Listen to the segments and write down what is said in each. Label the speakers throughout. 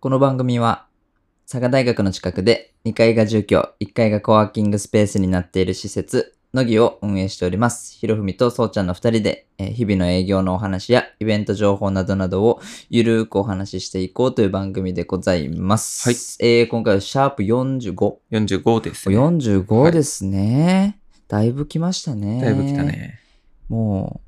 Speaker 1: この番組は、佐賀大学の近くで2階が住居、1階がコワーキングスペースになっている施設、のぎを運営しております。ひろふみとそうちゃんの2人で、えー日々の営業のお話やイベント情報などなどをゆるーくお話ししていこうという番組でございます。はい。えー今回はシャープ 45?
Speaker 2: 45です、ね。
Speaker 1: 45ですね、だいぶ来ましたね。
Speaker 2: だいぶ来た。ね。
Speaker 1: も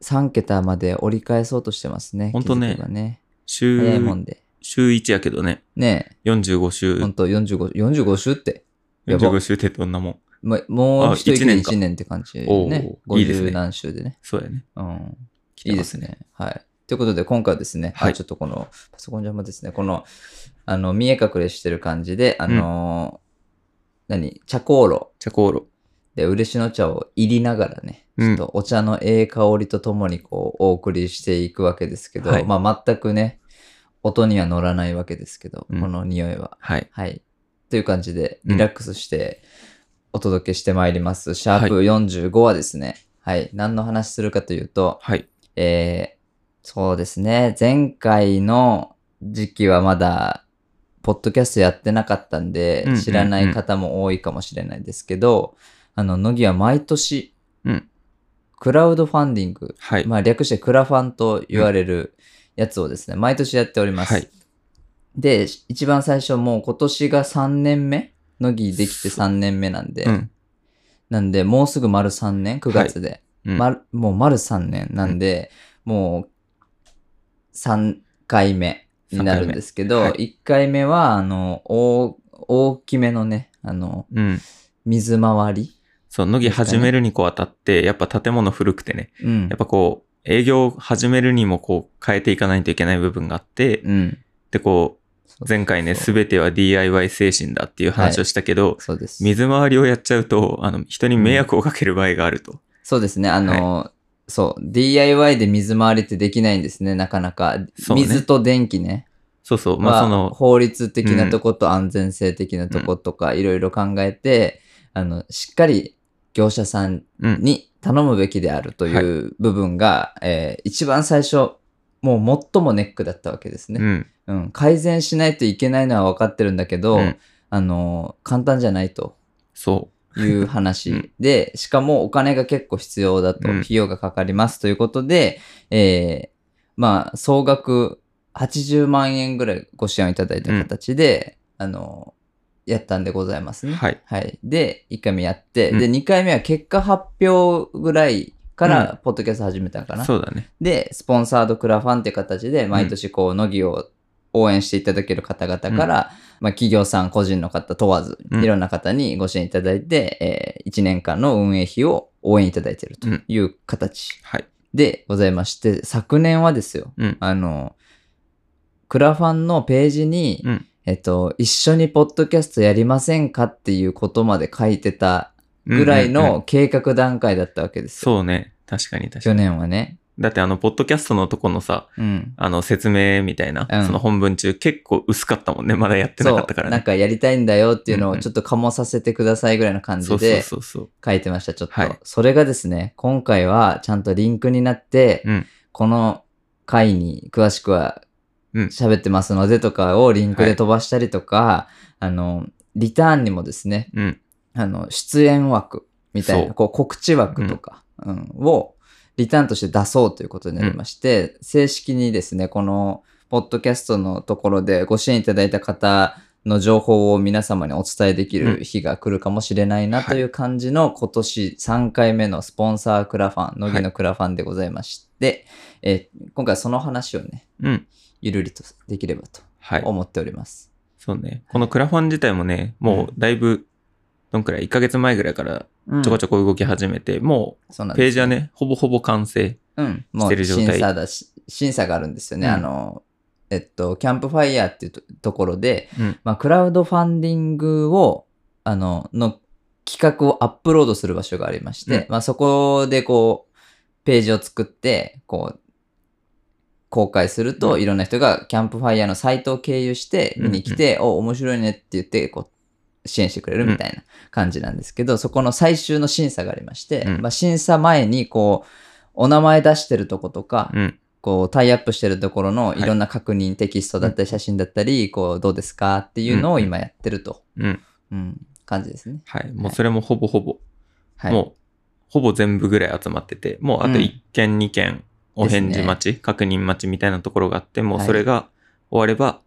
Speaker 1: う、3桁まで折り返そうとしてますね。
Speaker 2: ほんとね
Speaker 1: 気づけばね早い
Speaker 2: 週、
Speaker 1: もんで。
Speaker 2: 週1やけどね。
Speaker 1: ね
Speaker 2: 45
Speaker 1: え、ほん
Speaker 2: 週、
Speaker 1: と45、45週って。やば
Speaker 2: 45週ってどんなもん。
Speaker 1: もうもう
Speaker 2: あ
Speaker 1: 一息
Speaker 2: 一
Speaker 1: で
Speaker 2: 年か
Speaker 1: 1年って感じ
Speaker 2: お
Speaker 1: ね
Speaker 2: ー。いいです
Speaker 1: 50
Speaker 2: ね
Speaker 1: 何週でね。
Speaker 2: そうやね。
Speaker 1: うん。
Speaker 2: 来
Speaker 1: い
Speaker 2: て
Speaker 1: いで。
Speaker 2: ます
Speaker 1: ね。はい。ということで、今回はですね、
Speaker 2: はい
Speaker 1: あちょっとこの、パソコン邪魔ですね、この、あの、見え隠れしてる感じで、あのー何、茶香炉
Speaker 2: チャコーロ。
Speaker 1: で漆の茶を入りながらね、
Speaker 2: うん
Speaker 1: ちょっとお茶のええ香りとともに、こう、お送りしていくわけですけど、
Speaker 2: はい
Speaker 1: まあ、全くね、音には乗らないわけですけど、
Speaker 2: うん
Speaker 1: この匂いは。
Speaker 2: はい。
Speaker 1: はい。という感じで、
Speaker 2: うん
Speaker 1: リラックスしてお届けしてまいります。シャープ45はですね、はい、何の話するかというと、
Speaker 2: はい。
Speaker 1: えー、そうですね、前回の時期はまだ、ポッドキャストやってなかったんで
Speaker 2: うんうんう、ん
Speaker 1: 知らない方も多いかもしれないですけど、あの、乃木は毎年
Speaker 2: うん、
Speaker 1: クラウドファンディング、
Speaker 2: はい。
Speaker 1: まあ略してクラファンと言われるやつをですね、毎年やっております。
Speaker 2: はい
Speaker 1: で、一番最初もう今年が3年目乃木できて3年目なんで、
Speaker 2: うん。
Speaker 1: なんでもうすぐ丸3年、9月で。
Speaker 2: うん
Speaker 1: 丸もう丸3年なんで、もう3回目になるんですけど、
Speaker 2: 三回目
Speaker 1: 1回目は、あの、大大きめのね、あの、
Speaker 2: うん。
Speaker 1: 水回り。
Speaker 2: そう、乃木
Speaker 1: ですかね
Speaker 2: 始めるにこう当たって、やっぱ建物古くてね、
Speaker 1: うん
Speaker 2: やっ。ぱこう、営業を始めるにもこう変えていかないといけない部分があって、
Speaker 1: うん。
Speaker 2: でこう、前回ね、
Speaker 1: そう
Speaker 2: すべては DIY 精神だっていう話をしたけど、
Speaker 1: そうです。
Speaker 2: 水回りをやっちゃうと、あの、人に迷惑をかける場合があると。
Speaker 1: そうですね。あの、そう。DIY で水回りってできないんですね、なかなか。
Speaker 2: そうね
Speaker 1: 水と電気ね。
Speaker 2: そうそう、ま
Speaker 1: ま
Speaker 2: あ
Speaker 1: あ、
Speaker 2: その、
Speaker 1: 法律的なとこと安全性的なとことか、いろいろ考えて、あの、しっかり業者さん
Speaker 2: うん、
Speaker 1: に頼むべきであるという部分が、えー一番最初、もう最もネックだったわけです
Speaker 2: う
Speaker 1: ね。
Speaker 2: ん、
Speaker 1: うん。改善しないといけないのは分かってるんだけど、
Speaker 2: うん
Speaker 1: あの、簡単じゃないと。
Speaker 2: そ
Speaker 1: いう
Speaker 2: う
Speaker 1: 話
Speaker 2: ん
Speaker 1: で、しかもお金が結構必要だと、
Speaker 2: うん
Speaker 1: 費用がかかりますということで、えーまあ、総額80万円ぐらいご支援をいただいた形で、あの、やったんでございます
Speaker 2: う。
Speaker 1: ね。
Speaker 2: はい。
Speaker 1: で、1回目やって、
Speaker 2: うん
Speaker 1: で、2回目は結果発表ぐらいか
Speaker 2: う
Speaker 1: ら、ポッドキャスト始めたのかな。
Speaker 2: そうだね。
Speaker 1: で、スポンサードクラファンって形で、毎年こう、乃木を応援していただける方々から、まあ、企業さん、個人の方問わず、
Speaker 2: うん
Speaker 1: いろんな方にご支援いただいて、え1年間の運営費を応援いただいていると
Speaker 2: うん
Speaker 1: いう形
Speaker 2: はい。
Speaker 1: でございまして、昨年はですよ、
Speaker 2: うん
Speaker 1: あの、クラファンのページに、
Speaker 2: うん
Speaker 1: えっと、一緒にポッドキャストやりませんかっていうことまで書いてたぐらい
Speaker 2: うんうんうん
Speaker 1: の計画段階だったわけですよ。
Speaker 2: そうね。確かに確か
Speaker 1: 去
Speaker 2: に。
Speaker 1: 年はね。
Speaker 2: だってあの、ポッドキャストのとこのさ、
Speaker 1: うん。
Speaker 2: あの、説明みたいな、
Speaker 1: うん
Speaker 2: その本文中結構薄かったもんね。まだやってなかったから
Speaker 1: そうなん
Speaker 2: ね。
Speaker 1: かやりたいんだよっていうの
Speaker 2: うん
Speaker 1: を
Speaker 2: うん
Speaker 1: ちょっとかもさせてくださいぐらいの感
Speaker 2: そ
Speaker 1: じ
Speaker 2: うそう
Speaker 1: で
Speaker 2: そうそう。
Speaker 1: 書いてましたちょっと、
Speaker 2: はい
Speaker 1: それがですね今回はちゃんとリンクになって、
Speaker 2: うん
Speaker 1: この回に詳しくは
Speaker 2: うん
Speaker 1: 喋ってますのでとかをリンクで飛ばしたりとか、あのリターンにもですね
Speaker 2: うん。
Speaker 1: あの出演枠みたい
Speaker 2: そ
Speaker 1: な
Speaker 2: う
Speaker 1: こう告知枠とか、うんをリターンとして出そうということになりまして、正式にですねこのポッドキャストのところでご支援いただいた方の情報を皆様にお伝えできる日が来るかもしれないな
Speaker 2: はい
Speaker 1: という感じの今年3回目のスポンサークラファン、乃木のクラファンでございまして、えー今回はその話をね、
Speaker 2: うん。
Speaker 1: ゆるりとできればと
Speaker 2: はい。
Speaker 1: 思っております。
Speaker 2: そうね。このクラファン自体もね、もうだいぶ、どんくらい ?1 ヶ月前ぐらいからちょこちょこ動き始めて、も
Speaker 1: そうな
Speaker 2: うん
Speaker 1: です
Speaker 2: ページはね、ほぼほぼ完成。
Speaker 1: うん、も
Speaker 2: し
Speaker 1: う
Speaker 2: てる状態
Speaker 1: 審査だし、審査があるんですよね。
Speaker 2: うん
Speaker 1: あの、えっと、キャンプファイヤーっていうとところで、
Speaker 2: うん
Speaker 1: まあ、クラウドファンディングを、あの、の企画をアップロードする場所がありまして、
Speaker 2: うん
Speaker 1: まあ、そこでこう、ページを作って、こう、公開すると、
Speaker 2: うん
Speaker 1: いろんな人がキャンプファイヤーのサイトを経由して見に来て、お、面白いねって言って、こう、支援してくれるみたいな感じなんですけど、そこの最終の審査がありまして、
Speaker 2: うん
Speaker 1: まあ、審査前に、こう、お名前出してるとことか、
Speaker 2: うん。
Speaker 1: こう、タイアップしてるところの
Speaker 2: い
Speaker 1: いろんな確認、テキストだったり写真だったり、こう、どうですかっていうのを今やってると。
Speaker 2: うん。
Speaker 1: うん。感じですね。
Speaker 2: はい。もうそれもほぼほぼ、
Speaker 1: はい。
Speaker 2: もう、ほぼ全部ぐらい集まってて、もうあと
Speaker 1: うん
Speaker 2: 1件、2件、お返事待ち、確認待ちみたいなところがあって、もう
Speaker 1: はい
Speaker 2: それが終われば、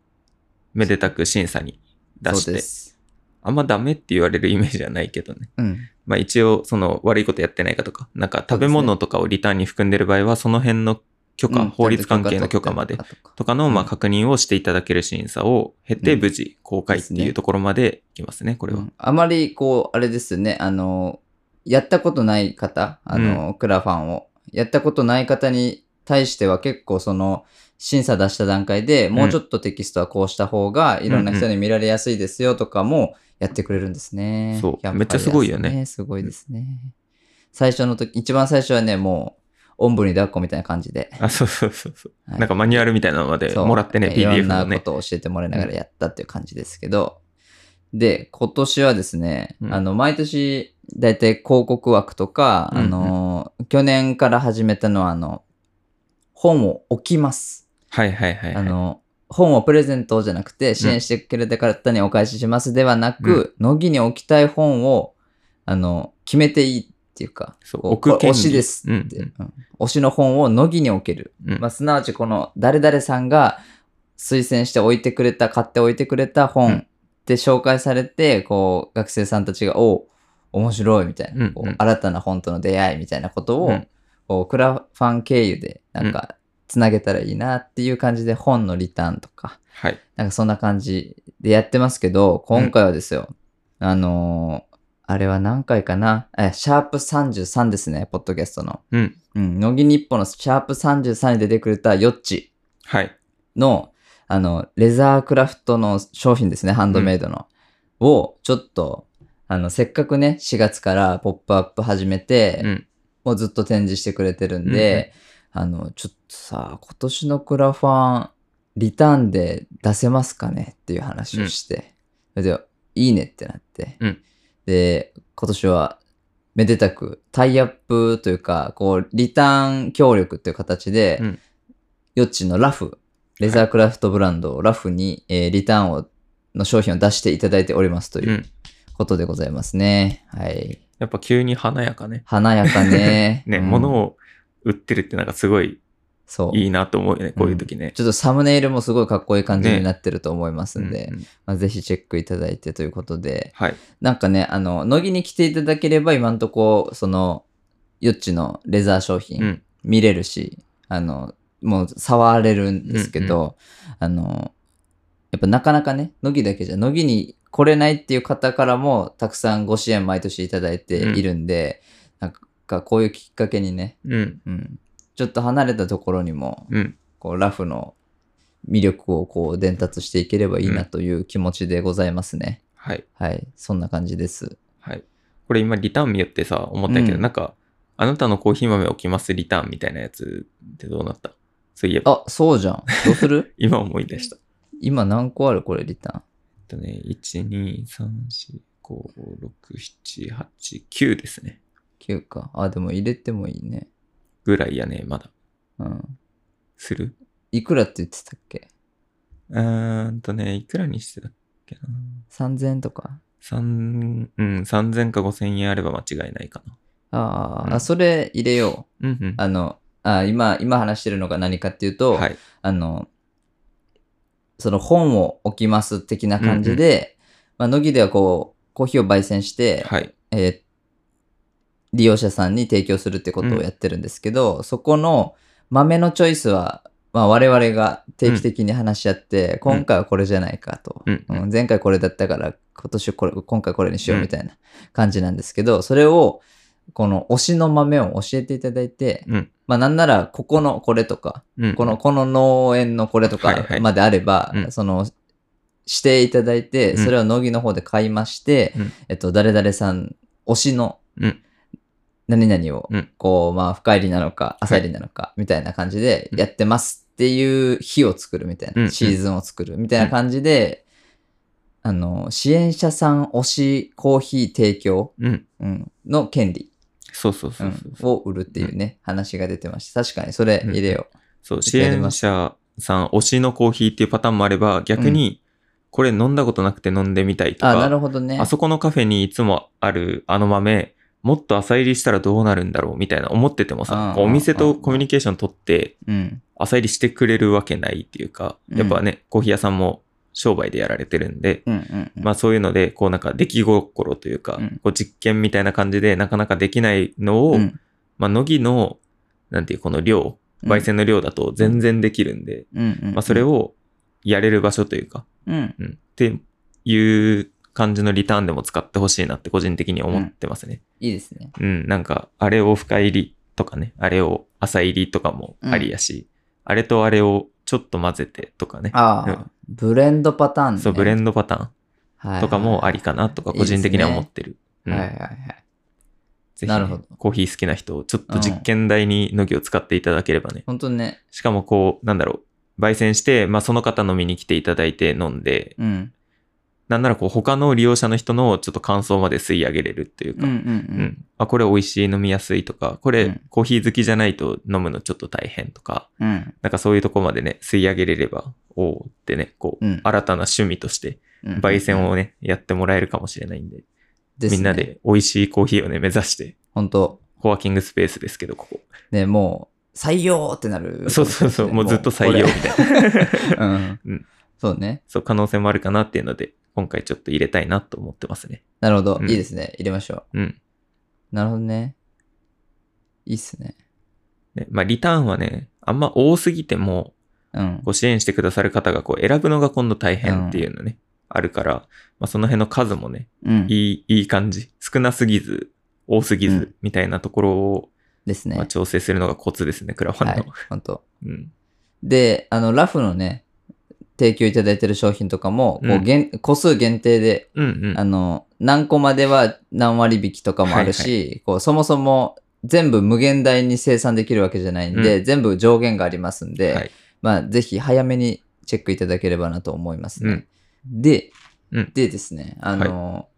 Speaker 2: めでたく審査に出し
Speaker 1: そうで
Speaker 2: て、
Speaker 1: す。
Speaker 2: あんまダメって言われるイメージはないけどね。
Speaker 1: うん。
Speaker 2: まあ一応、その悪いことやってないかとか、なんか食べ物とかをリターンに含んでる場合は、その辺の許可、
Speaker 1: うん
Speaker 2: 法律関係の許可まで。とかの、まあ
Speaker 1: うん
Speaker 2: 確認をしていただける審査を経て、
Speaker 1: うん
Speaker 2: 無事公開って
Speaker 1: です
Speaker 2: い
Speaker 1: ね
Speaker 2: うところまでいきますね、これ
Speaker 1: う
Speaker 2: は。
Speaker 1: んあまりこう、あれですよね、あの、やったことない方、あの、クラファンを、やったことない方に対しては結構その、審査出した段階でもうちょっとテキストはこうした方がいろんな人に見られやすいですよとかもやってくれるんですね。
Speaker 2: そう
Speaker 1: キャンプ
Speaker 2: めっちゃすごいよね
Speaker 1: ファイヤーですすごいですね。最初の時、一番最初はね、もう、おんぶに抱っこみたいな感じで。
Speaker 2: あ、そうそうそうそう。
Speaker 1: はい
Speaker 2: なんかマニュアルみたいなのまで
Speaker 1: そう
Speaker 2: もらってね、
Speaker 1: えーい
Speaker 2: PDF
Speaker 1: ろんな
Speaker 2: の
Speaker 1: こ
Speaker 2: ね。
Speaker 1: とを教えてもらいながらやったっていう感じですけど、で、今年はですね、
Speaker 2: うん
Speaker 1: あの、毎年、だいたい広告枠とか、
Speaker 2: うんうん
Speaker 1: あの、去年から始めたのは、あの、本を置きます。
Speaker 2: はいはいはいは
Speaker 1: あ
Speaker 2: い。
Speaker 1: の、本をプレゼントじゃなくて、支援してくれた方にお返ししますではなく、乃木に置きたい本を、あの、決めていいっていうか、
Speaker 2: そう
Speaker 1: こ
Speaker 2: 置く
Speaker 1: これ
Speaker 2: 権利
Speaker 1: 推しですって、
Speaker 2: うん
Speaker 1: うん推しの本を乃木に置ける。
Speaker 2: うん
Speaker 1: まあ、すなわちこの誰々さんが推薦して置いてくれた買って置いてくれた
Speaker 2: う
Speaker 1: 本
Speaker 2: ん
Speaker 1: で紹介されて、こう学生さんたちが「おう面白い」みたいな、
Speaker 2: うん
Speaker 1: こ
Speaker 2: う
Speaker 1: うん新たな本との出会いみたいなことを、
Speaker 2: うん
Speaker 1: こうクラファン経由でなんかつなげたらいいなっていう感じで本のリターンとか
Speaker 2: はい。
Speaker 1: なんかそんな感じでやってますけど今回はですよ、あのーあれは何回かなえシャープ33ですねポッドキャストの。
Speaker 2: うん。
Speaker 1: うん、乃木日報のシャープ33に出てくれたヨッチ
Speaker 2: はい。
Speaker 1: の、あの、レザークラフトの商品ですね、ハンドメイドの。を、ちょっと、あの、せっかくね、4月からポップアップ始めて、
Speaker 2: うん。
Speaker 1: もうずっと展示してくれてるんで、あの、ちょっとさ、今年のクラファン、リターンで出せますかねっていう話をして、それで、いいねってなって、
Speaker 2: うん
Speaker 1: で、今年は、めでたく、タイアップというか、こう、リターン協力っていう形で、
Speaker 2: うん。
Speaker 1: ヨッチのラフ、レザークラフトブランドをラフに、えーリターンを、の商品を出していただいておりますといううんことでございますね。はい。
Speaker 2: やっぱ急に華やかね。。
Speaker 1: 華やかね
Speaker 2: ね、
Speaker 1: うん
Speaker 2: 物を売ってるってなんかすごい
Speaker 1: そう。
Speaker 2: いいなと思うよね、こういう時ね。
Speaker 1: ちょっとサムネイルもすごいかっこいい感じになってると思いますんで、
Speaker 2: うんうん
Speaker 1: まあ、ぜひチェックいただいてということで、
Speaker 2: はい。
Speaker 1: なんかね、あの、乃木に来ていただければ今んとこ、その、ヨッチのレザー商
Speaker 2: う
Speaker 1: 品
Speaker 2: ん
Speaker 1: 見れるし、あの、もう触れるんですけど、あの、やっぱなかなかね、乃木だけじゃ、乃木に来れないっていう方からも、たくさんご支援毎年いただいているんで、なんかこういうきっかけにね、
Speaker 2: うん。
Speaker 1: うん、ちょっと離れたところにも、
Speaker 2: うん。
Speaker 1: こうラフの魅力をこう伝達していければいいなという気持ちでございますね。
Speaker 2: はい。
Speaker 1: はい、そんな感じです。
Speaker 2: はい。これ今リターン見よってさ、思ったけど、
Speaker 1: うん
Speaker 2: なんか、あなたのコーヒー豆置きますリターンみたいなやつってどうなったそういえば、
Speaker 1: あ、そうじゃん。どうす る
Speaker 2: 今思い出した。
Speaker 1: 今何個あるこれリタ
Speaker 2: えっとね、1、2、3、4、5、6、7、8、9ですね。
Speaker 1: ーン。9か。あ、でも入れてもいいね。
Speaker 2: ぐらいやね、まだ。
Speaker 1: うん。
Speaker 2: する
Speaker 1: いくらって言ってたっけ
Speaker 2: うーんとね、いくらにしてたっけな。
Speaker 1: ?3000 円とか。
Speaker 2: 三うん、3000か5000円あれば間違いないかな。
Speaker 1: あー、
Speaker 2: うん
Speaker 1: あ、それ入れよう。
Speaker 2: うんうん。
Speaker 1: あの、あ今、今話してるのが何かっていうと、
Speaker 2: はい。
Speaker 1: あの、その本を置きます的な感じで、まあ、乃木ではこう、コーヒーを焙煎して、
Speaker 2: はい。
Speaker 1: えー利用者さんに提供するってことをやってるんですけど、そこの豆のチョイスは、まあ、我々が定期的に話し合って、
Speaker 2: うん
Speaker 1: 今回はこれじゃないかと、
Speaker 2: うん
Speaker 1: うん前回これだったから今年これ今回これにしようみたいな感じなんですけど、それをこの推しの豆を教えていただいて、
Speaker 2: うん
Speaker 1: まあなんならここのこれとか、
Speaker 2: うん。
Speaker 1: この、この農園のこれと
Speaker 2: はい
Speaker 1: か
Speaker 2: はい
Speaker 1: まであれば、
Speaker 2: うん
Speaker 1: その、していただいて、
Speaker 2: うん
Speaker 1: それを乃木の方で買いまして、
Speaker 2: うん
Speaker 1: えっと、誰々さん推しの
Speaker 2: うん、
Speaker 1: 何々を
Speaker 2: うん、
Speaker 1: こう、まあ、深入りなのか、浅入りなのか、みたいな感じでやってますっていう日を作るみたいな、
Speaker 2: うん
Speaker 1: シーズンを作るみたいな感じで、あの、支援者さん推しコーヒー提供、
Speaker 2: うん。
Speaker 1: うんの権利、
Speaker 2: そうそう
Speaker 1: う
Speaker 2: そ
Speaker 1: ん
Speaker 2: うそうそう。
Speaker 1: を売るっていうね、話が出てました。確かにそれ入れよう。
Speaker 2: そう、
Speaker 1: ちょ
Speaker 2: 支
Speaker 1: っとやりま
Speaker 2: 援
Speaker 1: す
Speaker 2: 者さん推しのコーヒーっていうパターンもあれば、逆に、これ飲んだことなくて飲んでみたいと
Speaker 1: あ、
Speaker 2: か、
Speaker 1: なるほどね。
Speaker 2: あそこのカフェにいつもあるあの豆、もっと浅入りしたらどうなるんだろうみたいな思ってて
Speaker 1: うんう
Speaker 2: も
Speaker 1: ん
Speaker 2: さ
Speaker 1: う、ん
Speaker 2: こうお店とコミュニケーション取って、
Speaker 1: うん。
Speaker 2: 浅入りしてくれるわけないっていうか、
Speaker 1: うん
Speaker 2: やっぱね、コーヒー屋さんも商売でやられてるんで、
Speaker 1: うんうんうん。
Speaker 2: まあそういうので、こうなんか出来心というか
Speaker 1: うん、
Speaker 2: こう実験みたいな感じでなかなかできないの
Speaker 1: う
Speaker 2: を、
Speaker 1: ん、
Speaker 2: まあ乃木の、なんていうこの量、焙煎の量だと全然できるんで、
Speaker 1: うん、うんうん。
Speaker 2: まあそれ
Speaker 1: を、
Speaker 2: をやれる場所というか、
Speaker 1: うん。
Speaker 2: うん、っていう感じのリターンでも使ってほしいなって個人的に思ってますね。
Speaker 1: いいですね。
Speaker 2: うん、なんか、あれを深入りとかね、あれを浅入りとかもありやし、あれとあれをちょっと混ぜてとかね、
Speaker 1: ああ、
Speaker 2: うん
Speaker 1: ブレンドパターンね。
Speaker 2: そう、ブレ
Speaker 1: ド
Speaker 2: ンドパターンとかもありかなとか個人的には思ってる。
Speaker 1: は
Speaker 2: う
Speaker 1: い
Speaker 2: ん
Speaker 1: はいはいはい。
Speaker 2: ぜひ
Speaker 1: な
Speaker 2: ね、
Speaker 1: るほど
Speaker 2: コーヒー好きな人、ちょっと実験台にの木を使っていただければね、
Speaker 1: 本当にね。
Speaker 2: しかもこう、なんだろう、焙煎して、まあ、その方飲みに来ていただいて飲んで、
Speaker 1: うん。
Speaker 2: なんならこう、他の利用者の人のちょっと感想まで吸い上げれるっていう
Speaker 1: うんう
Speaker 2: か、
Speaker 1: ん
Speaker 2: う、
Speaker 1: うんん。
Speaker 2: あ、これ美味しい、飲みやすいとか、これ、
Speaker 1: うん
Speaker 2: コーヒー好きじゃないと飲むのちょっと大変とか、
Speaker 1: うん。
Speaker 2: なんかそういうとこまでね、吸い上げれれば、おおってね、こう、
Speaker 1: うん
Speaker 2: 新たな趣味として、
Speaker 1: うん。
Speaker 2: 焙煎をね、やってもらえるかもしれないんで、
Speaker 1: ですね
Speaker 2: みんな。で美味しいコーヒーをね、目指して、
Speaker 1: 本当
Speaker 2: コワーキングスペースですけど、ここ。
Speaker 1: ね、もう、採用ってなる。
Speaker 2: そうそうそう、もうずっと採用みたいな。
Speaker 1: な。うん。
Speaker 2: うん
Speaker 1: そうね。
Speaker 2: そう、可能性もあるかなっていうので、今回ちょっと入れたいなと思ってますね。
Speaker 1: なるほど。
Speaker 2: うん
Speaker 1: いいですね。入れましょ
Speaker 2: うん。
Speaker 1: う。なるほどね。いいっすね。
Speaker 2: ね、まあ、リターンはね、あんま多すぎても、
Speaker 1: うん。
Speaker 2: ご支援してくださる方がこう選ぶのが今度大変っていうのね、あるから、まあ、その辺の数もね、
Speaker 1: うん。
Speaker 2: いい、いい感じ。少なすぎず、多すぎ
Speaker 1: うん
Speaker 2: ず、みたいなところを、
Speaker 1: ですね。
Speaker 2: まあ、調整するのがコツですね、クラファン
Speaker 1: は
Speaker 2: の。
Speaker 1: い。本当
Speaker 2: うん。
Speaker 1: で、あの、ラフのね、提供いただいてる商品とかも、こ
Speaker 2: う
Speaker 1: う、
Speaker 2: ん
Speaker 1: 限個数限定で、
Speaker 2: うんうん。
Speaker 1: あの、何個までは何割引きとかもあるし、
Speaker 2: は
Speaker 1: こう、そもそも全部無限大に生産できるわけじゃないんで、
Speaker 2: う
Speaker 1: 全部上限がありますんで、
Speaker 2: はい
Speaker 1: まあ、ぜひ早めにチェックいただければなと思いますね。で、
Speaker 2: うん
Speaker 1: でですね、あの、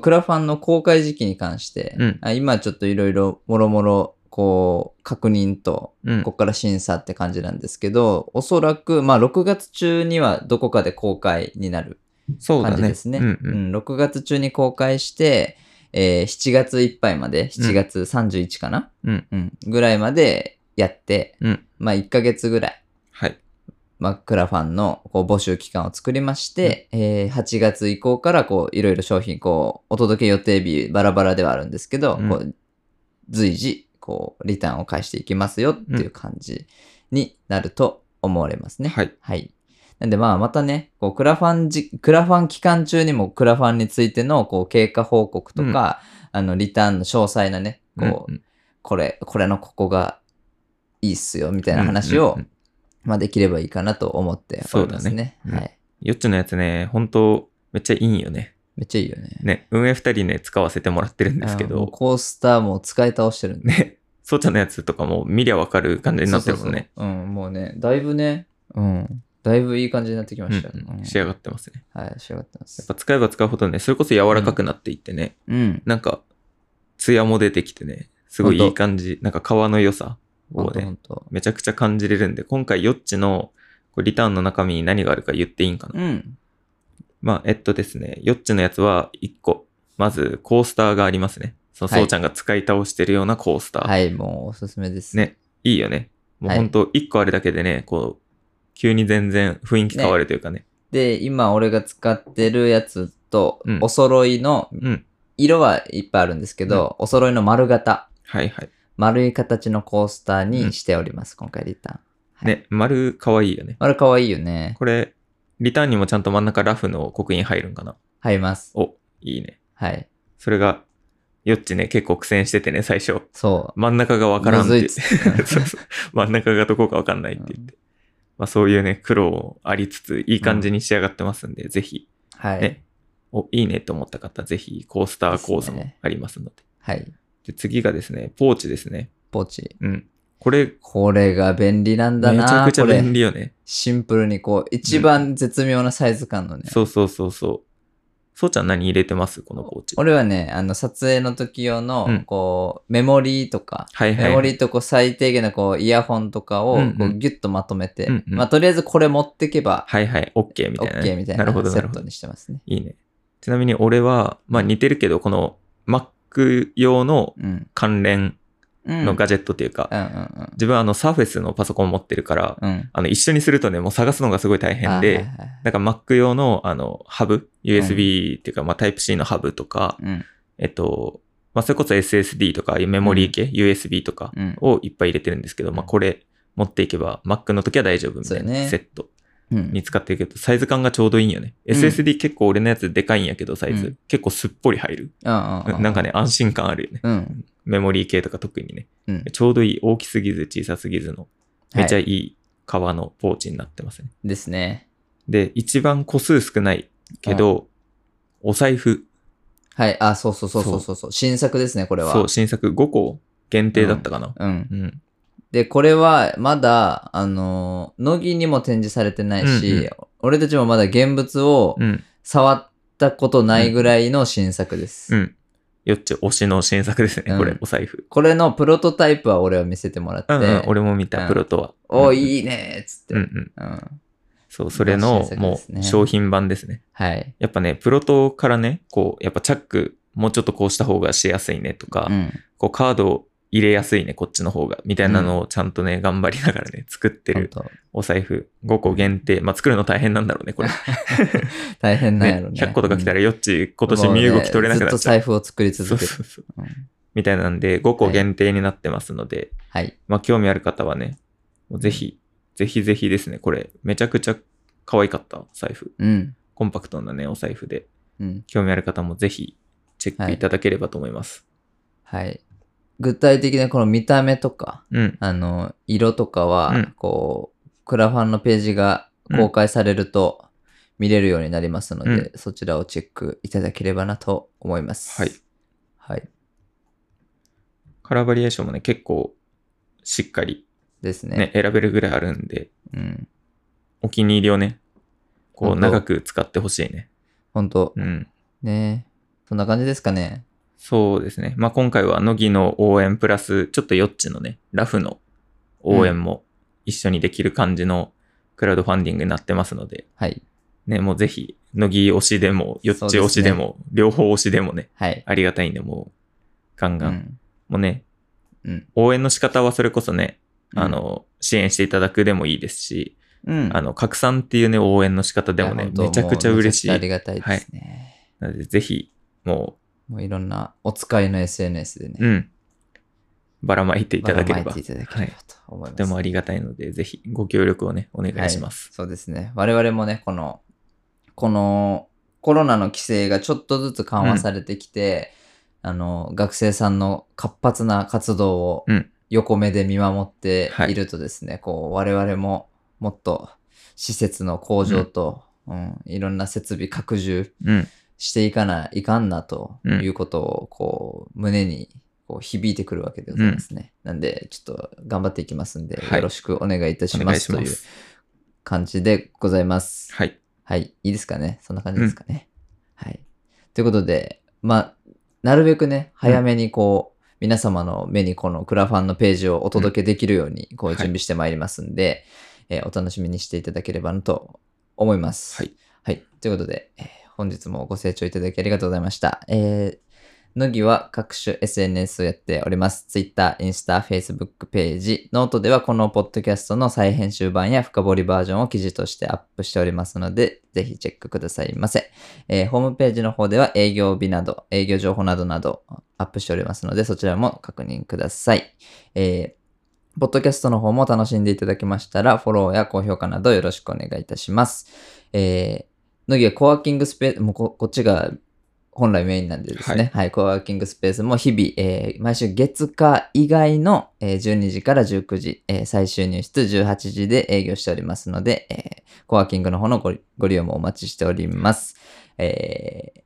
Speaker 1: クラファンの公開時期に関して、
Speaker 2: うん
Speaker 1: あ今ちょっといろいろもろもろ、こう、確認と、
Speaker 2: うん
Speaker 1: ここから審査って感じなんですけど、おそらく、まあ、6月中にはどこかで公開になる
Speaker 2: そうだ
Speaker 1: 感
Speaker 2: ね。
Speaker 1: じですね。
Speaker 2: うん
Speaker 1: う
Speaker 2: うん。
Speaker 1: ん6月中に公開して、えー7月いっぱいまで、7月31かな、
Speaker 2: うん
Speaker 1: ぐらいまでやって、
Speaker 2: うん
Speaker 1: まあ、1ヶ月ぐらい、
Speaker 2: はい。
Speaker 1: まあ、クラファンのこう募集期間を作りまして、えー8月以降から、こう、いろいろ商品、こう、お届け予定日バラバラではあるんですけど、
Speaker 2: うん
Speaker 1: こう、随時、こう、リターンを返していきますよっていう感じになると思われますね。
Speaker 2: はい。
Speaker 1: はい。なんでまあまたね、こうクラファンじ、クラファン期間中にもクラファンについてのこう経過報告とか、あのリターンの詳細なね、こう、
Speaker 2: うんうん
Speaker 1: これ、これのここがいいっすよみたいな話
Speaker 2: う
Speaker 1: を
Speaker 2: んうんうん、
Speaker 1: まあできればいいかなと思っておりますね。
Speaker 2: そうだねうん
Speaker 1: はい。
Speaker 2: よっちのやつね、本当めっちゃいいんよね。
Speaker 1: めっちゃいいよね。
Speaker 2: ね、運営二人ね、使わせてもらってるんですけ
Speaker 1: あのもう
Speaker 2: ど、
Speaker 1: コースターも使い倒してるんで。
Speaker 2: ね、そうちゃんのやつとかも見りゃわかる感じになってるもんね。
Speaker 1: そうそうそううん、もうね、だいぶね、うん、だいぶいい感じになってきま
Speaker 2: うん
Speaker 1: した。
Speaker 2: う
Speaker 1: うんん
Speaker 2: 仕上がってますね。
Speaker 1: はい、仕上がってま
Speaker 2: やっ
Speaker 1: す。
Speaker 2: ぱ使えば使うほどね、それこそ柔らかくなっていってね、
Speaker 1: うん。
Speaker 2: なんか、ツヤも出てきてね、すごいい
Speaker 1: ほん
Speaker 2: い
Speaker 1: と
Speaker 2: 感じ、なんか皮の良さ
Speaker 1: ほん
Speaker 2: を
Speaker 1: とほ
Speaker 2: ね
Speaker 1: ん、と。
Speaker 2: めちゃくちゃ感じれるんで、今回ヨッチのこうリターンの中身に何があるか言っていいんかな。
Speaker 1: うん。
Speaker 2: まあ、えっとですね、ヨッチのやつは1個。まず、コースターがありますね。その、
Speaker 1: はい
Speaker 2: そうちゃんが使い倒してるようなコースター。
Speaker 1: はい、もうおすすめです。
Speaker 2: ね、いいよね。もう
Speaker 1: はい
Speaker 2: ほんと、1個あれだけでね、こう、急に全然雰囲気変わるというかね。
Speaker 1: で、今俺が使ってるやつと
Speaker 2: うん、
Speaker 1: お揃いの、
Speaker 2: うん。
Speaker 1: 色はいっぱいあるんですけど、お揃いの丸型、
Speaker 2: はいはい。
Speaker 1: 丸い形のコースターにしております、今回リターン。はい
Speaker 2: ね、丸、かわいいよね。
Speaker 1: 丸かわいいよね。
Speaker 2: これ、リターンにもちゃんと真ん中ラフの刻印入るんかな。
Speaker 1: 入ります。
Speaker 2: お、いいね。
Speaker 1: はい。
Speaker 2: それが、よっちね、結構苦戦しててね、最初。
Speaker 1: そう。
Speaker 2: 真ん中がわからんっ
Speaker 1: むずい
Speaker 2: て。
Speaker 1: っつって
Speaker 2: そうそう真ん中がどこかわかんないって言って。まあそういうね、苦労ありつつ、いい感じに仕上がってますんで、ぜひ、
Speaker 1: はい。
Speaker 2: ね、お、いいねと思った方、ぜひ、コースター構
Speaker 1: で
Speaker 2: 造
Speaker 1: す
Speaker 2: も
Speaker 1: ね
Speaker 2: ありますので。
Speaker 1: はい。
Speaker 2: で、次がですね、ポーチですね。
Speaker 1: ポーチ。
Speaker 2: うん。これ、
Speaker 1: これが便利なんだ
Speaker 2: めちゃ
Speaker 1: な
Speaker 2: くちゃ
Speaker 1: これ
Speaker 2: 便利よね。
Speaker 1: シンプルにこう、一番絶妙なサイズ感のね。
Speaker 2: そうそうそうそう。そうちゃん何入れてますこのポーチ。
Speaker 1: 俺はね、あの、撮影の時用の
Speaker 2: うん、
Speaker 1: こう、メモリーとか、
Speaker 2: はいはい。
Speaker 1: メモリーとこう最低限のこうイヤホンとかを
Speaker 2: うんうん
Speaker 1: こうギュッとまとめて、
Speaker 2: うんうん
Speaker 1: まあとりあえずこれ持ってけば、
Speaker 2: はいはい。OK みたいなね、
Speaker 1: OK みたいな
Speaker 2: るほど、
Speaker 1: セ
Speaker 2: なる
Speaker 1: ッ
Speaker 2: ほど
Speaker 1: ト。にしてますね。
Speaker 2: いいね。ちなみに俺は、まあ似てるけど、この Mac 用の
Speaker 1: うん。
Speaker 2: 関連
Speaker 1: うん。
Speaker 2: のガジェットっていうか、
Speaker 1: うんうん
Speaker 2: 自分はあの Surface のパソコン持ってるから、
Speaker 1: うん。うん。
Speaker 2: あの一緒にするとね、もう探すのがすごい大変
Speaker 1: あはい
Speaker 2: で、
Speaker 1: はい
Speaker 2: だから Mac 用のあのハブ、USB っていうか、まあ Type-C のハブとか、
Speaker 1: うん。
Speaker 2: えっと、まあそれこそ SSD とかメモリー系、USB とか
Speaker 1: うん。
Speaker 2: をいっぱい入れてるんですけど、まあこれ持っていけば Mac の時は大丈夫みた
Speaker 1: そ
Speaker 2: い
Speaker 1: うだ
Speaker 2: な
Speaker 1: ね
Speaker 2: セット。
Speaker 1: うん
Speaker 2: に使ってるけど、サイズ感がちょうどいいんよね。SSD 結構俺のやつでかいんやけど、サイズ、
Speaker 1: うん
Speaker 2: 結構すっぽり入る。
Speaker 1: うんうん。
Speaker 2: なんかね、安心感あるよね。
Speaker 1: うん。
Speaker 2: メモリー系とか特にね。
Speaker 1: うん。
Speaker 2: ちょうどいい、大きすぎず小さすぎずの、めちゃ
Speaker 1: はい
Speaker 2: い革のポーチになってますね。
Speaker 1: いですね。
Speaker 2: で、一番個数少ないけど、お財布。
Speaker 1: はい。あ、そうそうそうそうそうそう。新作ですね、これは。
Speaker 2: そう、新作5個限定だったかな。
Speaker 1: うん。
Speaker 2: うん。
Speaker 1: で、これはまだ、あの、乃木にも展示されてないし、
Speaker 2: うんうん
Speaker 1: 俺たちもまだ現物を
Speaker 2: うん。
Speaker 1: 触ったことないぐらいの新作です。
Speaker 2: うん。よっち推しの新作ですね、これ、
Speaker 1: うん
Speaker 2: お財布。
Speaker 1: これのプロトタイプは俺は見せてもらって、
Speaker 2: うんうん、俺も見た、
Speaker 1: うん
Speaker 2: プロとは。
Speaker 1: お
Speaker 2: うん
Speaker 1: いいねーっつって。
Speaker 2: うんう
Speaker 1: うん。
Speaker 2: ん。そう、それの
Speaker 1: 新、作で
Speaker 2: も
Speaker 1: すね
Speaker 2: う、商品版ですね。
Speaker 1: はい。
Speaker 2: やっぱね、プロトからね、こう、やっぱチャック、もうちょっとこうした方がしやすいねとか、
Speaker 1: うん。
Speaker 2: こうカードを入れやすいね、こっちの方が、みたいなのをちゃんとね、頑張りながらね、作ってる
Speaker 1: ほんと
Speaker 2: お財布、5個限定、まあ作るの大変なんだろうね、これ。
Speaker 1: 大変 なんや
Speaker 2: ね
Speaker 1: ろね。
Speaker 2: 100個とか来た
Speaker 1: ら
Speaker 2: ら、よっち、今年身動き取れなく
Speaker 1: ず
Speaker 2: なっ
Speaker 1: っと
Speaker 2: ちゃう。
Speaker 1: 財布を作り
Speaker 2: そう
Speaker 1: 続
Speaker 2: そ
Speaker 1: け
Speaker 2: う
Speaker 1: る。
Speaker 2: そう。
Speaker 1: うん
Speaker 2: みたいなんで、5個限定になってますので、
Speaker 1: はい。
Speaker 2: まあ興味ある方はね、もうぜひ、ぜひぜひですね、これ、めちゃくちゃ可愛かった、財布。
Speaker 1: うん。
Speaker 2: コンパクトなね、お財布で。
Speaker 1: うん。
Speaker 2: 興味ある方もぜひチェックいただければと思います。
Speaker 1: はい。具体的なこの見た目とか、
Speaker 2: うん。
Speaker 1: あの、色とかは、
Speaker 2: うん
Speaker 1: こう、クラファンのページが公開されると見れるようになりますので、
Speaker 2: うん
Speaker 1: そちらをチェックいただければなと思います。
Speaker 2: はい。
Speaker 1: はい。
Speaker 2: カラーバリエーションもね、結構しっかり
Speaker 1: ですね。
Speaker 2: ね、選べるぐらいあるんで、
Speaker 1: うん。
Speaker 2: お気に入りをね、こ
Speaker 1: ほ
Speaker 2: うん
Speaker 1: と
Speaker 2: 長く使ってほしいね。
Speaker 1: 本当
Speaker 2: うん。
Speaker 1: ねそんな感じですかね。
Speaker 2: そうですね。まあ今回は乃木の応援プラス、ちょっとヨッチのね、ラフの応援も一緒にできる感じのクラウドファンディングになってますので、
Speaker 1: はい。
Speaker 2: ね、もうぜひ、乃木推しでも、ヨッチ推しでも、両方推しでもね、
Speaker 1: はい。
Speaker 2: ありがたいんで、もう、ガン
Speaker 1: う
Speaker 2: ガン。
Speaker 1: ん。
Speaker 2: もうね、
Speaker 1: うん
Speaker 2: 応援の仕方はそれこそね、あ、の、支援していただくでもいいですし、
Speaker 1: うん。
Speaker 2: あの、拡散っていうね、応援の仕方でも
Speaker 1: いや
Speaker 2: ね
Speaker 1: 本、当
Speaker 2: めちゃくちゃ
Speaker 1: もう
Speaker 2: 嬉しい。
Speaker 1: めちゃくちありがたいですね。
Speaker 2: なので、ぜひ、も
Speaker 1: もういろんなお使いの SNS でね。
Speaker 2: う、うん、ばらまいていただけれ
Speaker 1: ば
Speaker 2: ば、
Speaker 1: らまいていただけ
Speaker 2: は
Speaker 1: れ
Speaker 2: い
Speaker 1: ばと思い
Speaker 2: と
Speaker 1: ます。
Speaker 2: てもありがたいので、ぜひ、ご協力をね、お願いします。
Speaker 1: そうですね。我々もね、この、このコロナの規制がちょっとずつ緩和されてきて、あの、学生さんの活発な活動を
Speaker 2: うん
Speaker 1: 横目で見守って
Speaker 2: はい
Speaker 1: いるとですね、こう、我々ももっと施設の向上と、うんいろんな設備拡充
Speaker 2: うん、
Speaker 1: していかないかんなと
Speaker 2: うん
Speaker 1: いうことを、こう、胸にこう響いてくるわけでございますね。なんで、ちょっと頑張っていきますんで、
Speaker 2: はい
Speaker 1: よろしくお願いいたし
Speaker 2: お
Speaker 1: ま
Speaker 2: 願い
Speaker 1: す
Speaker 2: し
Speaker 1: と
Speaker 2: ま
Speaker 1: いう
Speaker 2: す。
Speaker 1: 感じでございます。
Speaker 2: はい。
Speaker 1: はい。いいですかねそんな感じですかね。はい。ということで、まあ、なるべくね、早めにこう、皆様の目にこのクラファンのページをお届けできるように、こう、
Speaker 2: はい
Speaker 1: 準備してまいりますんで、えーお楽しみにしていただければなと思います。
Speaker 2: はい。
Speaker 1: はい。ということで、えー本日もご清聴いただきありがとうございました。えー、乃木は各種 SNS をやっております。Twitter、インスタ、Facebook ページ、ノートではこのポッドキャストの再編集版や深掘りバージョンを記事としてアップしておりますので、ぜひチェックくださいませ。えーホームページの方では営業日など、営業情報などなどアップしておりますので、そちらも確認ください。えーポッドキャストの方も楽しんでいただけましたら、フォローや高評価などよろしくお願いいたします。えー、乃木はコワーキングスペース、もうここっちが本来メインなんでですね、はい、コワーキングスペースも日々、えー毎週月火以外の、えー12時から19時、えー最終入室18時で営業しておりますので、えーコワーキングの方のごご利用もお待ちしております。えー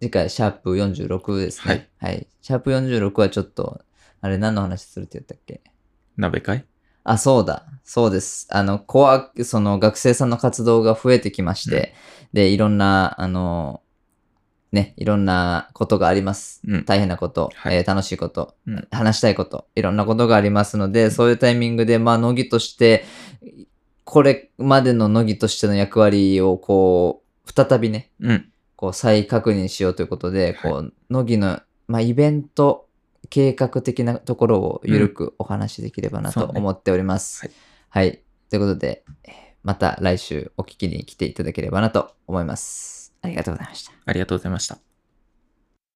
Speaker 1: 次回、シャープ46ですね。はい。シャープ46はちょっと、あれ何の話するって言ったっけ
Speaker 2: 鍋会
Speaker 1: あ、そうだ。そうです。あの、コア、その学生さんの活動が増えてきまして、で、いろんな、あの、ね、いろんなことがあります。
Speaker 2: うん
Speaker 1: 大変なこと、
Speaker 2: はい
Speaker 1: えー楽しいこと、
Speaker 2: うん
Speaker 1: 話したいこと、いろんなことがありますので、そういうタイミングで、まあ、乃木として、これまでの乃木としての役割を、こう、再びね、
Speaker 2: うん。
Speaker 1: こう、再確認しようということで、こう、乃木の、まあ、イベント、計画的なところをゆるくお話しできればなと
Speaker 2: そうね
Speaker 1: 思っております。
Speaker 2: はい
Speaker 1: はい。ということで、えーまた来週お聞きに来ていただければなと思います。ありがとうございました。
Speaker 2: ありがとうございました。